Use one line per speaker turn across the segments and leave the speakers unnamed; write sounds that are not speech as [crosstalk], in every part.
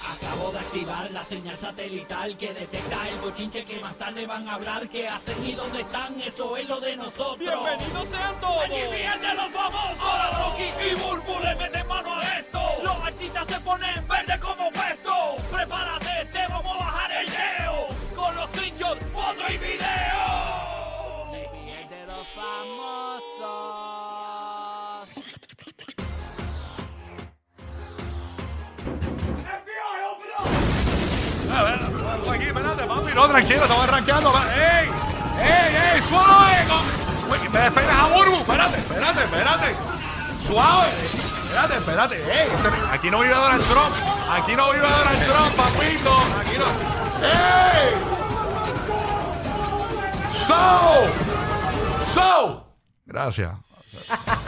Acabo de activar la señal satelital que detecta el bochinche que más tarde van a hablar. ¿Qué hacen y dónde están? Eso es lo de nosotros.
¡Bienvenidos sean todos!
¡Aquí fíjense los famosos!
Ahora Rocky y Burbu le meten mano a esto. Los artistas se ponen verde como puesto. Prepárate, te vamos a bajar el leo. Con los pinchos, foto y video.
de los famosos.
A ver, aquí, espérate, papi, no, tranquilo, estamos arranqueando. va. ¡Ey! ¡Ey, ey! ¡Suave! No, uy, ¡Me despegas a Burbu! Espérate, espérate, espérate. ¡Suave! Espérate, espérate. ¡Ey! este- Aquí no vive Donald Trump. Aquí no vive Donald Trump, papito. Aquí no. ¡Ey! ¡So! ¡So! Gracias.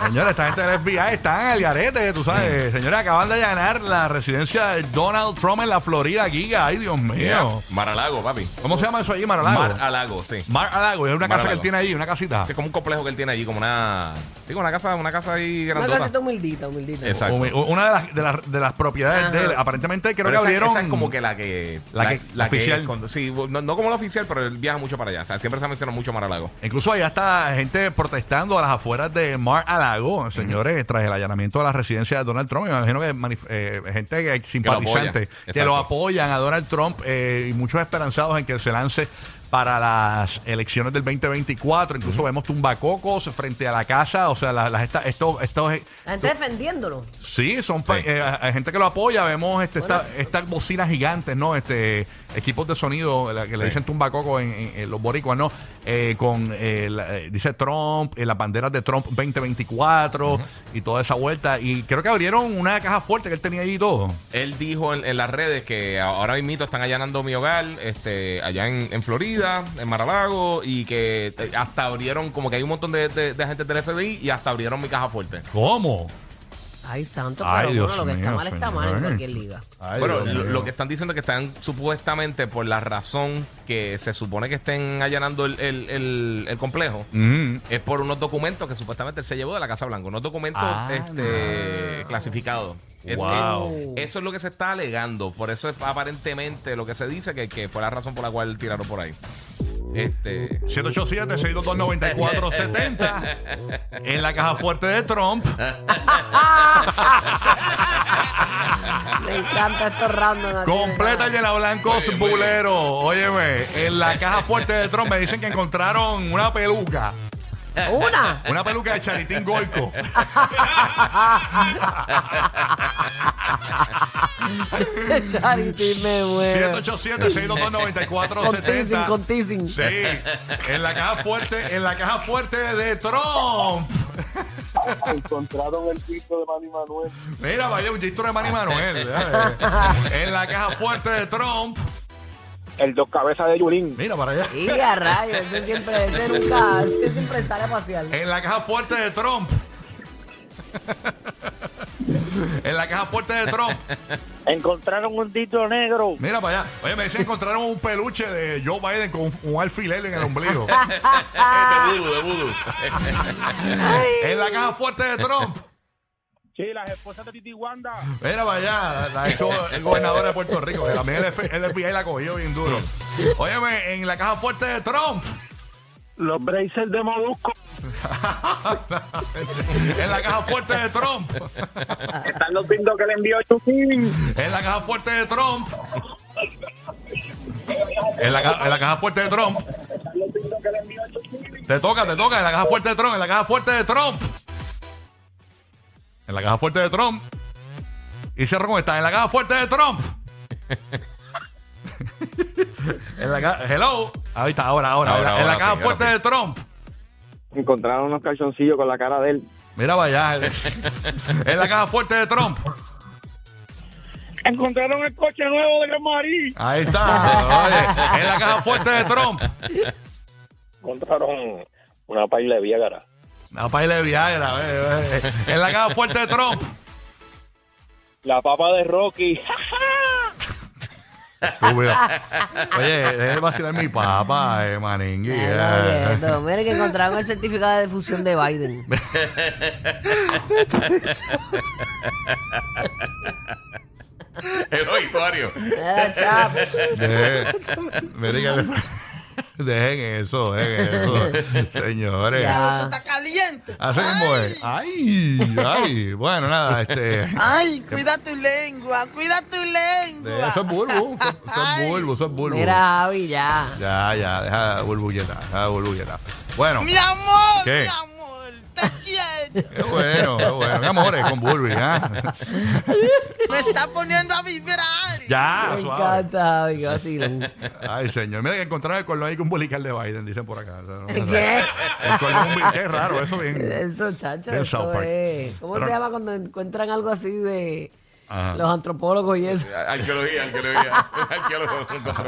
Señores, esta gente del FBI está en el garete, tú sabes. Señores, acaban de allanar la residencia de Donald Trump en la Florida, Giga. Ay, Dios mío.
Maralago, papi.
¿Cómo se llama eso allí, Maralago? Mar
Maralago, sí.
Alago, es una casa que él
Mar-a-Lago.
tiene allí, una casita.
Es como un complejo que él tiene allí, como una. Digo, una casa, una casa ahí
Una
grandota.
casita humildita, humildita.
Exacto.
O- o- una de las, de las, de las propiedades
Ajá.
de él. Aparentemente creo
Pero
que
esa-
abrieron.
Esa es como que la que.
La que- oficial.
con- sí, no, no como la oficial, pero él viaja mucho para allá. O sea, siempre se menciona mucho Maralago.
Incluso allá está gente protestando a las afueras de Mar Alago, señores, tras el allanamiento a la residencia de Donald Trump. Me imagino que manif- eh, gente que- simpatizante
apoya.
que lo
Exacto.
apoyan a Donald Trump eh, y muchos esperanzados en que él se lance para las elecciones del 2024. Incluso vemos tumbacocos frente a la casa, o sea, la- las esta- estos, estos
La gente defendiéndolo.
Sí, son fa-
Sí.
eh, a- a gente que lo apoya. Vemos este, esta- estas bocinas gigantes, ¿no? Este equipos de sonido la que le
Sí.
dicen tumbacoco en, en- en los boricuas, ¿no? Eh, con eh, la- eh, dice Trump, eh, las banderas de Trump 2024 y toda esa vuelta. Y creo que abrieron una caja fuerte que él tenía ahí y todo.
Él dijo en, en las redes que ahora mismo están allanando mi hogar, este, allá en, en Florida, en Maralago, y que eh, hasta abrieron, como que hay un montón de, de, de agentes del FBI y hasta abrieron mi caja fuerte.
¿Cómo?
Ay, santo,
Ay,
pero
Dios
bueno, lo que está
mío,
mal está
señor.
mal en cualquier liga.
bueno, lo, lo que están diciendo es que están supuestamente por la razón que se supone que estén allanando el, el- el- el complejo.
Mm.
Es por unos documentos que supuestamente él se llevó de la Casa Blanca, unos documentos
Ah,
este, clasificados. Es-
Wow.
es- eso es lo que se está alegando. Por eso es aparentemente lo que se dice que, que fue la razón por la cual tiraron por ahí. Este.
Uh.
[laughs]
787-622-9470 en la caja fuerte de Trump.
Me encanta esto random. aquí,
Completa
de verdad.
llena blancos
Muy bien, muy bien.
bulero. Óyeme, en la caja fuerte de Trump me dicen que encontraron una peluca. [laughs]
Una.
Una peluca de Charitín Goico.
[laughs]
Charity me mueve.
787
Con teasing, con
622
teasing.
Sí, en la caja fuerte, en la caja fuerte de Trump.
encontraron el piso de Manny Manuel.
Mira, vaya un chistro de Manny Manuel. ¿verdad? En la caja fuerte de Trump.
El dos cabezas de Yulín.
Mira para allá.
Y a rayos, ese siempre, ese nunca, ese siempre sale a pasear.
En la caja fuerte de Trump. [laughs] En la caja fuerte de Trump.
Encontraron un tito negro.
Mira para allá. Oye, me dicen que encontraron un peluche de Joe Biden con un, un alfiler en el ombligo.
Ah.
de vudú, de vudú.
en la caja fuerte de Trump.
Sí, las esposas de Titi Wanda.
Mira para allá. La hizo el gobernador de Puerto Rico, que también el, F- el FBI la cogió bien duro. Óyeme, en la caja fuerte de Trump. [laughs]
Los bracers de Molusco.
En la caja fuerte de Trump.
Están los pintos que le envió Chuquín.
En la caja fuerte de Trump. En la, ca- en la caja fuerte de Trump. Te toca, te toca. En la caja fuerte de Trump. En la caja fuerte de Trump. En la caja fuerte de Trump. Y cierro con esta. En la caja fuerte de Trump. [laughs] en la ca- Hello. Ahí está, ahora, ahora.
Ahora,
en la, en la
ahora
caja
sí,
fuerte
ahora
de Trump.
Encontraron unos calzoncillos con la cara de él.
Mira, vaya.
[laughs]
en la caja fuerte de Trump.
Encontraron el coche nuevo de Gran Marí.
Ahí está.
[laughs]
oye. en la caja fuerte de Trump.
Encontraron una paila de Viagra.
La paila de Viagra, eh, eh, eh. en la caja fuerte de Trump.
La papa de Rocky.
Estúpido. Oye, deja de vacilar mi papa, eh, maringui.
Ay,
eh.
no, quieto. Mire que encontraron el certificado de difusión
[laughs]
de Biden. [laughs]
Heroico. usuario.
Ah, chaps.
Dejen [laughs] dejen eso, dejen
[laughs]
eso, señores.
Ya.
Eso está caliente.
Así mismo es. Ay, ay. Bueno, nada, este.
Ay, cuida tu lengua, cuida tu
de-
lengua.
Eso es bulbo. Eso es
Ay.
bulbo, eso es bulbo.
Mira, Javi, ya.
Ya, ya, deja burbulleta, deja burbulleta. Bueno.
Mi amor,
¿Qué?
mi amor, te quiero.
Qué bueno, qué bueno. Qué amores con Burby, ¿ah?
Me está poniendo a vibrar.
Ya,
Ah,
Me
suave.
encanta, Javi,
[laughs]
qué vacilón.
Ay, señor. Mira que encontraron el cordón ahí con bulical de Biden, dicen por acá. O sea, no sé.
¿Qué?
El cordón, bi- qué raro, eso bien.
Eso, chacho,
Del South
eso
Park.
es. ¿Cómo
Pero-
se llama cuando encuentran algo así de
Ajá.
los antropólogos y eso?
Este, Arqueología, arqueología. [laughs] Arqueólogo lo encontró.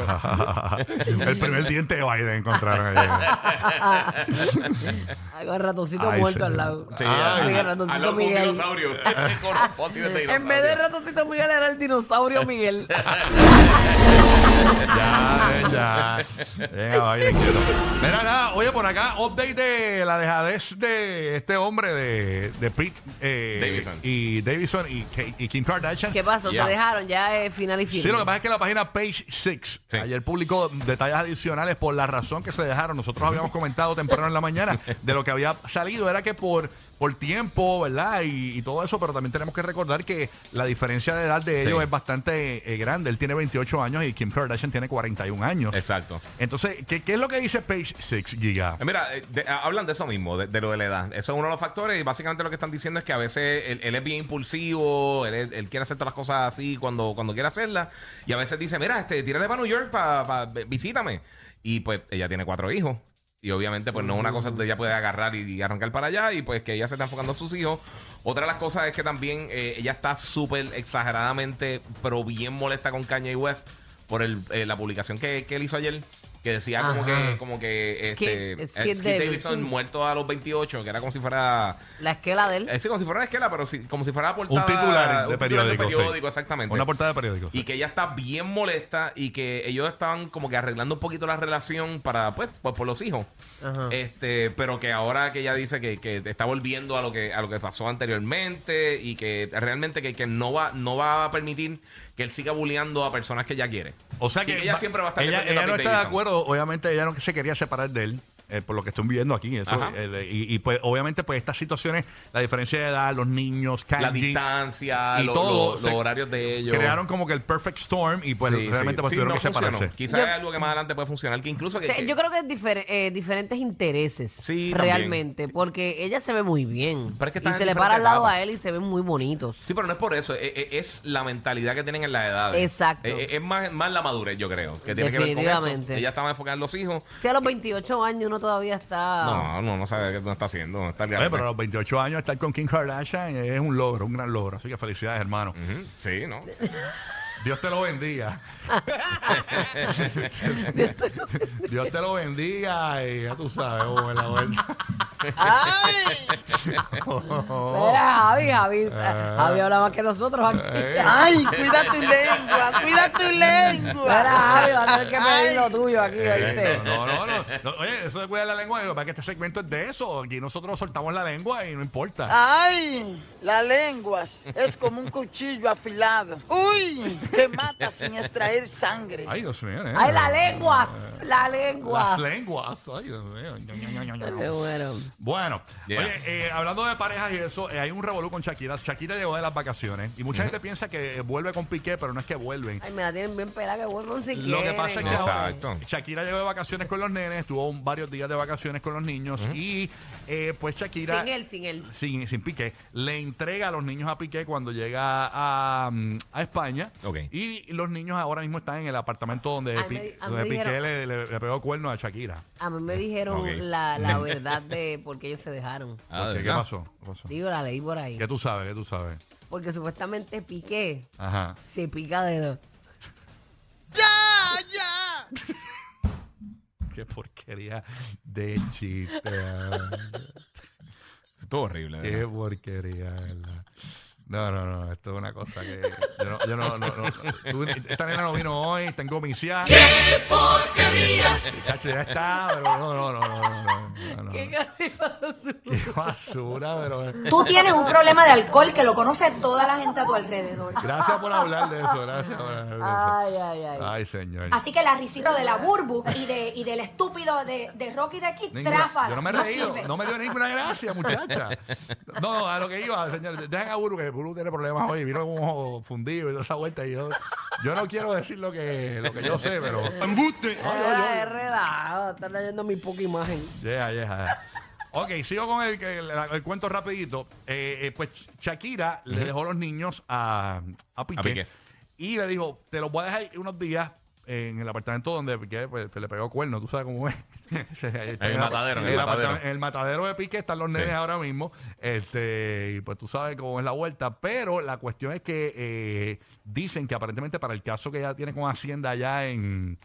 el primer diente de Biden encontraron ahí.
Algo de ratoncito
Ay,
muerto
sí.
al lado.
Sí,
Ay,
al-
el
Al
ratoncito
lado con un
Miguel.
dinosaurio. [laughs] Con los fósiles de
[laughs] En vez de
dinosaurio. Ah,
ratoncito Miguel era el
[laughs]
dinosaurio Miguel.
Ya, eh, ya. Venga, Biden, quieto. Mira, nada, oye, por acá, update de la dejadez de este hombre de, de Pete eh,
Davidson.
y Davidson y, Ka- y Kim Kardashian.
¿Qué pasó?
Ya.
Se dejaron ya eh, final y final.
Sí, lo que pasa es que la página Page 6
Sí.
ayer publicó detalles adicionales por la razón que se dejaron. Nosotros habíamos comentado temprano en la [laughs] mañana de lo que había salido. Era que por, por tiempo, ¿verdad? Y, y todo eso, pero también tenemos que recordar que la diferencia de edad de
Sí.
ellos es bastante eh, grande. Él tiene 28 años y Kim Kardashian tiene 41 años.
Exacto.
Entonces, ¿qué, qué es lo que dice Page 6, Giga?
Eh, Mira, eh, de- a- hablan de eso mismo, de, de lo de la edad. Eso es uno de los factores y básicamente lo que están diciendo es que a veces él, él es bien impulsivo, él, es- él quiere hacer todas las cosas así cuando, cuando quiere hacerlas y a veces dice, mira, este, tírate para New York, pa, pa- visítame. Y pues ella tiene cuatro hijos. Y obviamente, pues no es una cosa que ella puede agarrar y, y arrancar para allá y pues que ella se está enfocando en sus hijos. Otra de las cosas es que también eh, ella está súper exageradamente, pero bien molesta con Kanye West por el, eh, la publicación que, que él hizo ayer, que decía como
Ajá.
que, como que este,
Skip-
eh,
Skip
Skip
Davis.
Davidson muerto a los 28, que era como si fuera.
La esquela de él.
eh, sí, como si fuera una esquela, pero si- como si fuera la portada.
un titular de
un
periódico. sí.
exactamente.
Una portada de periódico.
y que ella está bien molesta y que ellos estaban como que arreglando un poquito la relación para, pues, pues por los hijos.
Ajá.
Este, pero que ahora que ella dice que, que está volviendo a lo que a lo que pasó anteriormente y que realmente que, que no va no va a permitir que él siga bulleando a personas que ella quiere.
O sea
Y
que
ella
va-
siempre va a estar
Ella, ella
defendiendo a
no
Pete
está de
Davidson.
acuerdo, obviamente ella no se quería separar de él. eh, por lo que están viendo aquí eso,
Ajá.
eh, y, y, pues obviamente pues estas situaciones la diferencia de edad los niños
La
Kanji,
distancia,
y
lo-
todo
lo-
se
los horarios de ellos.
crearon como que el perfect storm y pues
Sí,
realmente
sí.
pues
Sí,
tuvieron
no
que
funcionó.
separarse
Quizás
Yo-
es algo que más adelante puede funcionar, que incluso
O
que,
sea,
que-
yo creo que es difer- eh, diferentes intereses
Sí, también.
realmente, porque ella se ve muy bien
Pero es que
y
están
se
en
le
diferentes
para al lado
etapas.
a él y se ven muy bonitos.
Sí, pero no es por eso, e- e- es, la mentalidad que tienen en la edad.
Exacto.
Es, es más, más la madurez, yo creo, que tiene que ver con eso.
Definitivamente.
Ella estaba enfocada en los hijos.
Si a los 28 años uno todavía está
No, no, no sabe qué no está haciendo. Está al
Oye,
garete.
pero a los 28 años estar con Kim Kardashian es un logro un gran logro así que felicidades hermano
Ujú, Sí, ¿no?
Dios te lo bendiga [laughs] Dios te lo bendiga y ya tú sabes oh, en la vuelta
Ay,
Mira, Javi,
Eh.
Javi, Javi habla más que nosotros aquí.
ay, cuida tu lengua, cuida tu lengua.
Mira, Javi, va a tener que
Ay.
pedir lo tuyo aquí,
Eh,
¿oíste?
No, no,
[laughs]
no, no. Oye, eso de cuidar la lengua, para que este segmento es de eso. Aquí nosotros soltamos la lengua y no
Ah.
importa.
Ay, la lengua es como un cuchillo afilado. Uy, que mata sin extraer sangre.
Ay, Dios mío. eh.
Ay, las lenguas, las lenguas.
Las lenguas. Ay, Dios mío. Ño, ño, ño, ño,
Me
ño.
muero.
Bueno,
Yeah.
oye, eh, hablando de parejas y eso, eh, hay un revolú con Shakira. Shakira llegó de las vacaciones y mucha gente piensa que eh, vuelve con Piqué, pero no es que vuelven.
Ay, me la tienen bien pelada que vuelvan si
Lo que
quieren,
pasa es que
¿no?
Exacto.
Shakira llegó de vacaciones con los nenes, estuvo un- varios días de vacaciones con los niños y eh, pues Shakira...
Sin él, sin él.
sin, sin Piqué, le entrega a los niños a Piqué cuando llega a, mm, a España.
Ok.
Y los niños ahora mismo están en el apartamento donde,
Ay,
Pi-
me di- a mí
donde
me
Piqué
dijeron-
le, le- le pegó cuerno a Shakira.
A mí me dijeron
Ok. [laughs]
la, la verdad de por qué ellos se dejaron.
Ah,
¿Por
¿de
qué? ¿Qué
verdad?
pasó? ¿Qué pasó?
Digo, la leí por ahí.
¿Qué tú sabes? ¿Qué tú sabes?
Porque supuestamente Piqué
Ajá. [laughs]
se pica de los...
Ya, ya.
Qué porquería de chiste.
[laughs]
¿verdad?
Estuvo horrible. ¿verdad?
Qué porquería, ¿verdad? No, no, no, esto es una cosa que. Yo no, yo no, no, no, no. Tú- esta nena no vino hoy, está engomiciada. ¡Qué porquería! ya está, pero no, no, no, no, no, no, no, no.
¿Qué casi pasó?
Qué basura, pero.
Tú tienes un problema de alcohol que lo conoce toda la gente a tu alrededor.
Gracias por hablar de eso, gracias por hablar de eso.
Ay, ay, ay.
Ay, señor.
Así que la risita de la burbu y, de, y del estúpido de, de Rocky de aquí,
Ninguna-
tráfala.
yo no me he reído,
sirve.
no me dio ninguna gracia, muchacha. No, no, a lo que iba, señor. Dejen a Buru, que Buru tiene problemas hoy. Vino con un ojo fundido y toda esa vuelta. Y yo, yo no quiero decir lo que, lo que yo sé, pero.
Era enredado, están leyendo mi poca imagen.
Yeah, yeah, yeah. Ok, sigo con el, que- el- el cuento rapidito. Eh, eh, pues Shakira le dejó los niños a, a, Piqué,
A Piqué.
y le dijo, te los voy a dejar unos días en el apartamento donde Piqué pues, le pegó cuerno, tú sabes cómo es. [laughs] Se- está
el
la-
matadero, en el
aparta-
matadero.
en el matadero de Piqué están los nenes
Sí.
ahora mismo. Este, y pues tú sabes cómo es la vuelta. Pero la cuestión es que eh, dicen que aparentemente para el caso que ella tiene con Hacienda allá en,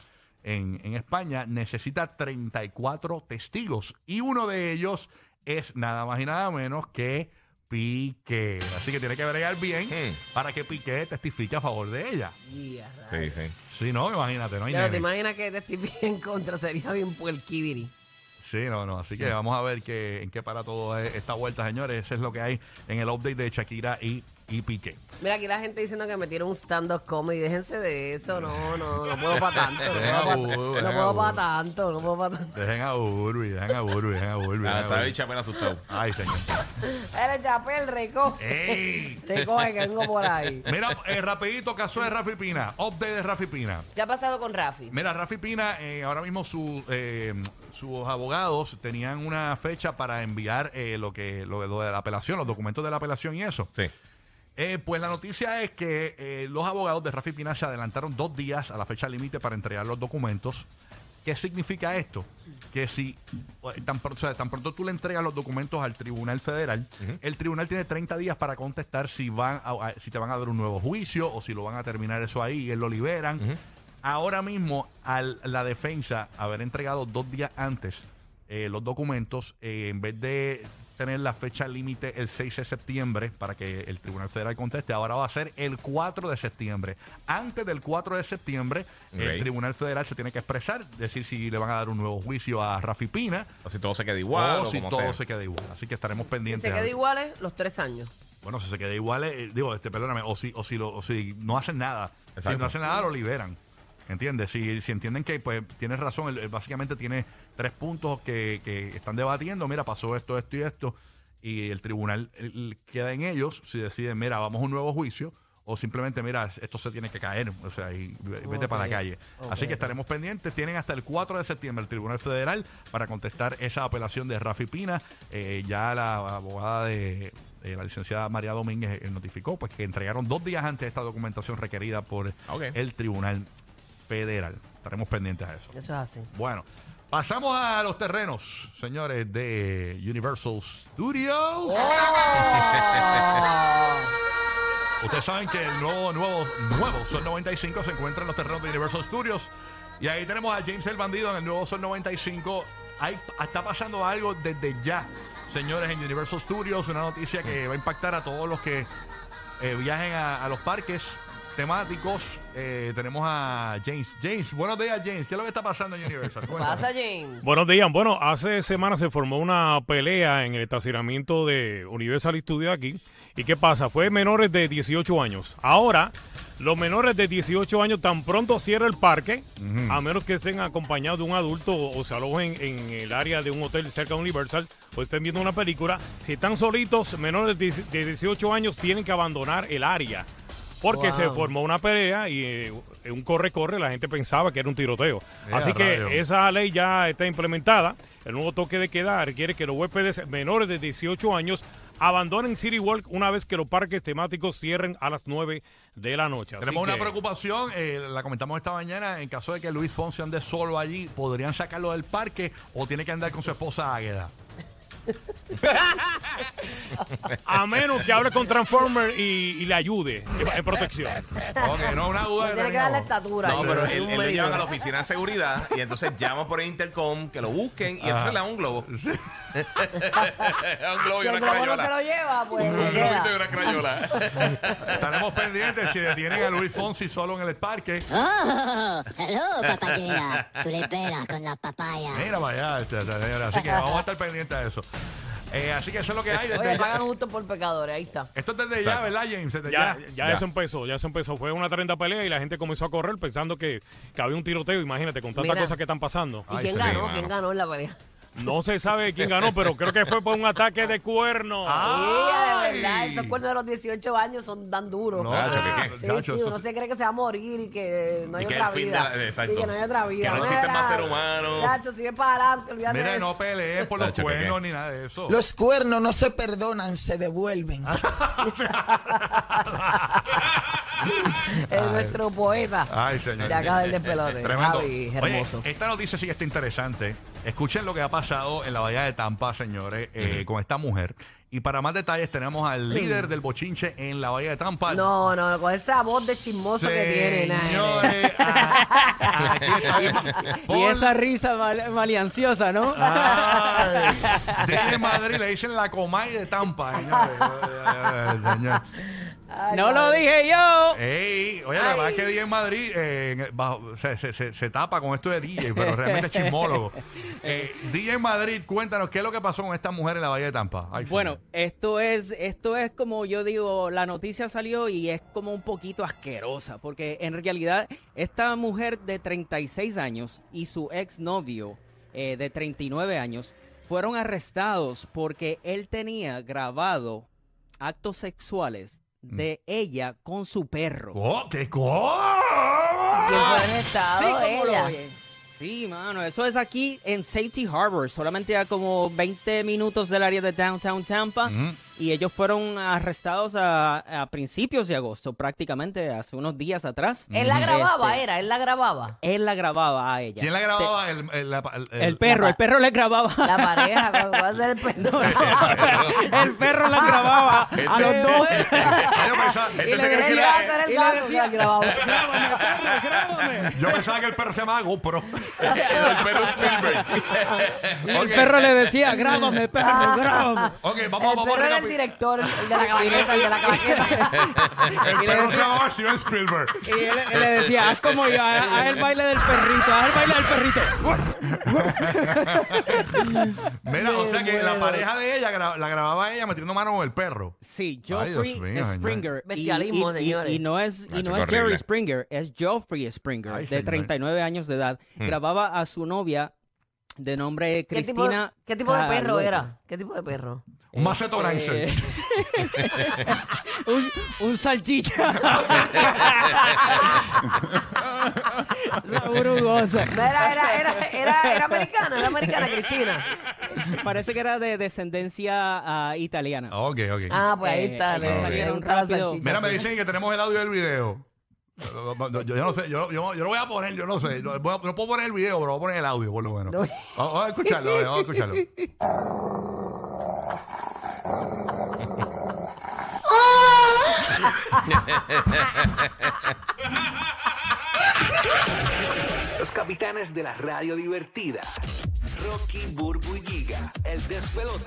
en, en España, necesita 34 testigos. Y uno de ellos es nada más y nada menos que Piqué. Así que tiene que bregar bien
Hmm.
para que Piqué testifique a favor de ella.
Ya,
Sí, sí.
Si no, imagínate, no hay
pero te
nene.
imaginas que [laughs] testifiquen en contra, sería bien puerquibiri.
Sí, no, no. Así que vamos a ver que, en qué para toda esta vuelta, señores. Eso es lo que hay en el update de Shakira y, y Piqué.
Mira, aquí la gente diciendo que me tiene un stand-up comedy. Déjense de eso. No, no, no puedo para tanto. No
Deja
puedo
burbu,
para
deja burbu.
tanto. No puedo para tanto.
Dejen a Urbi, dejen a Urbi, dejen a Urbi. dejen
Ah,
a
está
Urbi.
el chapel asustado.
Ay, señor.
Eres chapel, rico.
¡Ey!
Te coge que vengo por ahí.
Mira, eh, rapidito, caso de Rafi Pina. Update de Rafi Pina.
¿Qué ha pasado con Rafi?
Mira, Rafi Pina, eh, ahora mismo su, eh, sus abogados tenían una fecha para enviar eh, lo que lo, lo de la apelación, los documentos de la apelación y eso.
Sí.
Eh, pues la noticia es que eh, los abogados de Rafi Pina se adelantaron dos días a la fecha límite para entregar los documentos. ¿Qué significa esto? Que si eh, tan, pro- o sea, tan pronto tú le entregas los documentos al Tribunal Federal, el Tribunal tiene 30 días para contestar si, van a- a- si te van a dar un nuevo juicio o si lo van a terminar eso ahí y él lo liberan. Ahora mismo, a la defensa haber entregado dos días antes eh, los documentos, eh, en vez de tener la fecha límite el 6 de septiembre para que el Tribunal Federal conteste, ahora va a ser el 4 de septiembre. Antes del 4 de septiembre,
Ok.
el Tribunal Federal se tiene que expresar, decir si le van a dar un nuevo juicio a Rafi Pina
O si todo se queda igual.
o si
como
todo
sea.
se queda igual. Así que estaremos
Si
pendientes.
se
a
queda
ver.
iguales los tres años.
Bueno, si se queda igual, eh, digo, este, perdóname, o si, o si, lo, o si no hacen nada.
Exacto.
Si no hacen nada, lo liberan. ¿Entiendes? Si, si entienden que pues tienes razón, él, él básicamente tiene tres puntos que, que están debatiendo. Mira, pasó esto, esto y esto. Y el tribunal él, queda en ellos si deciden, mira, vamos a un nuevo juicio. O simplemente, mira, esto se tiene que caer. O sea, y vete para la calle. Así que estaremos pendientes. Tienen hasta el 4 de septiembre el Tribunal Federal para contestar esa apelación de Rafi Pina. Eh, ya la abogada de eh, la licenciada María Domínguez eh, notificó pues que entregaron dos días antes esta documentación requerida por
Ok.
el Tribunal Federal. Estaremos pendientes a eso.
Eso
[laughs]
es así.
Bueno, pasamos a los terrenos, señores de Universal Studios. Ustedes saben que el nuevo, nuevo, nuevo Sol 95 se encuentra en los terrenos de Universal Studios. Y ahí tenemos a James el Bandido en el nuevo Sol 95. Ahí está pasando algo desde ya, señores, en Universal Studios. Una noticia que va a impactar a todos los que eh, viajen a, a los parques temáticos. Eh, tenemos a James. James, buenos días, James. ¿Qué es lo que está pasando en Universal? Cuéntame.
Pasa, James.
Buenos días. Bueno, hace semanas se formó una pelea en el estacionamiento de Universal Studios aquí. ¿Y qué pasa? Fue menores de 18 años. Ahora, los menores de 18 años tan pronto cierra el parque, a menos que estén acompañados de un adulto o, o se alojen en el área de un hotel cerca de Universal o estén viendo una película. Si están solitos, menores de 10 de 18 años tienen que abandonar el área. Porque
Wow.
se formó una pelea y eh, un corre-corre, la gente pensaba que era un tiroteo.
Ea,
Así que
rayos.
esa ley ya está implementada. El nuevo toque de queda requiere que los huéspedes menores de 18 años abandonen City Walk una vez que los parques temáticos cierren a las 9 de la noche. Así
Tenemos una
que-
preocupación, eh, la comentamos esta mañana, en caso de que Luis Fonsi ande solo allí, ¿podrían sacarlo del parque o tiene que andar con su esposa Águeda?
A menos que hable con Transformer y, y le ayude en protección.
Ok, no, una duda
Le
que
tiene que
tenemos.
dar la estatura.
No,
ahí,
pero
un
él, él lo
medidor.
llevan a la oficina de seguridad y entonces llama por el intercom que lo busquen y entonces le da un globo. [laughs] un globo
Si
y
el
una
globo no se lo
crayola.
lleva, pues
Un
le
globito y
queda.
una crayola.
Estaremos pendientes si detienen a Luis Fonsi solo en el parque.
¡Oh! ¡Hello, papayera! Tú le esperas con la papaya.
Mira, este, vaya, esta señora. Así que vamos a estar pendientes a eso. Eh, así que eso es lo que hay. desde
Oye,
ya.
pagan justo por pecadores, ahí está.
Esto es desde ya, ¿verdad, James? Desde
Ya,
ya.
ya,
Ya.
eso empezó, ya eso empezó. Fue una tremenda pelea y la gente comenzó a correr pensando que, que había un tiroteo, imagínate, con tantas
Mira.
cosas que están pasando.
¿Y
Ay,
quién
sí,
ganó?
mano.
¿Quién ganó en la pelea?
No se sabe quién ganó, pero creo que fue por un ataque de cuerno.
Ah. Mira, de
Ay.
verdad, esos cuernos de los 18 años son tan duros.
No,
Chacho, ¿qué, qué?
Sí,
chacho,
sí,
eso
uno
sí.
se cree que se va a morir y que no hay
Y que
otra
el fin de
vida.
la- exacto.
Sí, que no hay otra vida.
Que no
Mira,
existe más ser humano.
Chacho, sigue para adelante, olvídate de
Mira,
eso.
no pelees por los
Chacho, ¿qué, qué?
cuernos ni nada de eso.
Los cuernos no se perdonan, se devuelven.
[laughs] [laughs] es nuestro poeta.
Ay, señor.
De
Eh,
acá del despelote.
Tremendo.
Javi,
Oye,
hermoso.
esta noticia sí que está interesante. Escuchen lo que ha pasado en la bahía de Tampa, señores, eh, con esta mujer. Y para más detalles tenemos al líder del bochinche en la bahía de Tampa.
no, no, con esa voz de chismoso que tiene. nada, nada.
Señores, a- aquí
[laughs]
estamos.
Y
Por-
esa risa mal- malianciosa, ¿no?
Ay, desde Madrid le dicen la comay de Tampa,
[laughs]
señores. Ay, señor.
Ay,
No lo
Javi.
dije yo.
Ey, oye, la verdad es que DJ en Madrid eh, en- bajo- se, se- se- se tapa con esto de DJ, pero realmente es
[laughs]
chismólogo. Eh, DJ en Madrid, cuéntanos qué es lo que pasó con esta mujer en la Bahía de Tampa. Ay,
Bueno,
señor.
esto es, esto es como yo digo, la noticia salió y es como un poquito asquerosa, porque en realidad esta mujer de 36 años y su exnovio eh, de 39 años fueron arrestados porque él tenía grabado actos sexuales
Mm.
de ella con su perro.
Oh, ¿Qué
Ah,
cosa?
¿Quién fue arrestado?
Sí, ¿cómo lo
Ella.
oyen? Sí, mano, eso es aquí en Safety Harbor, solamente a como 20 minutos del área de Downtown Tampa.
Mm.
Y ellos fueron arrestados a, a principios de agosto, prácticamente hace unos días atrás.
Él la grababa,
Este,
era, él la grababa.
Él la grababa a ella.
Mm. ¿Quién la
Te-
grababa? El, el- la- el- el-
el perro,
La-
el perro le grababa.
La pareja, cuando va a ser el
[laughs]
pendejo.
[laughs]
[laughs]
el perro la grababa a los
este, [laughs]
dos.
Yo
[laughs]
pensaba, este
Y le
se cree que
decía,
la-
"Ah, tú eres el
y le
gato",
decía-
o sea, grababa.
Grábame, perro, grábame.
[laughs] yo pensaba que el perro se llamaba
[laughs]
GoPro.
el perro Spielberg.
El
Ok.
perro le
[laughs]
decía, grábame, perro, grábame.
Ok, vamos,
El
vamos
perro
a
era
recapitular.
el director, el [laughs] de la claqueta, el de la claqueta.
El perro se llamaba Steven Spielberg.
Y él, él le decía, haz como yo, haz, haz el baile del perrito, haz el baile del perrito.
Mira, o
Me
sea que la
muero.
pareja de ella gra- la grababa ella metiendo mano con el perro. Ay,
Sí,
Dios
Geoffrey
mío,
Springer. Y-
Bestialismo,
y, y-
señores.
y no es, y
Ah,
no
chico,
es Jerry
horrible.
Springer, es Geoffrey Springer,
Ay,
de
señor. Hmm.
39 años de edad. Grababa a su novia de nombre
¿Qué tipo,
[laughs] Cristina.
qué tipo de perro
Calueto.
era? ¿Qué tipo de perro?
Un maceto Grancer.
Eh, un,
[laughs]
un salchicha. [laughs] Sabor jugoso.
Era, era, era, era, era americana, era americana, Cristina.
Parece que era de descendencia ah, italiana.
[laughs] Ok, ok.
Ah, pues ahí
Eh,
está.
ahí
le- le
salieron
gusta la
rápido.
salchicha.
Mira, me dicen que tenemos el audio del video. Yo, yo- yo no sé, yo, yo, yo lo voy a poner, yo no sé. No, voy a- no puedo poner el video, pero voy a poner el audio, por lo menos.
No.
Vamos vamos a escucharlo, vamos a escucharlo.
Los capitanes de la radio divertida. Rocky, Burbu y Giga. El despelote.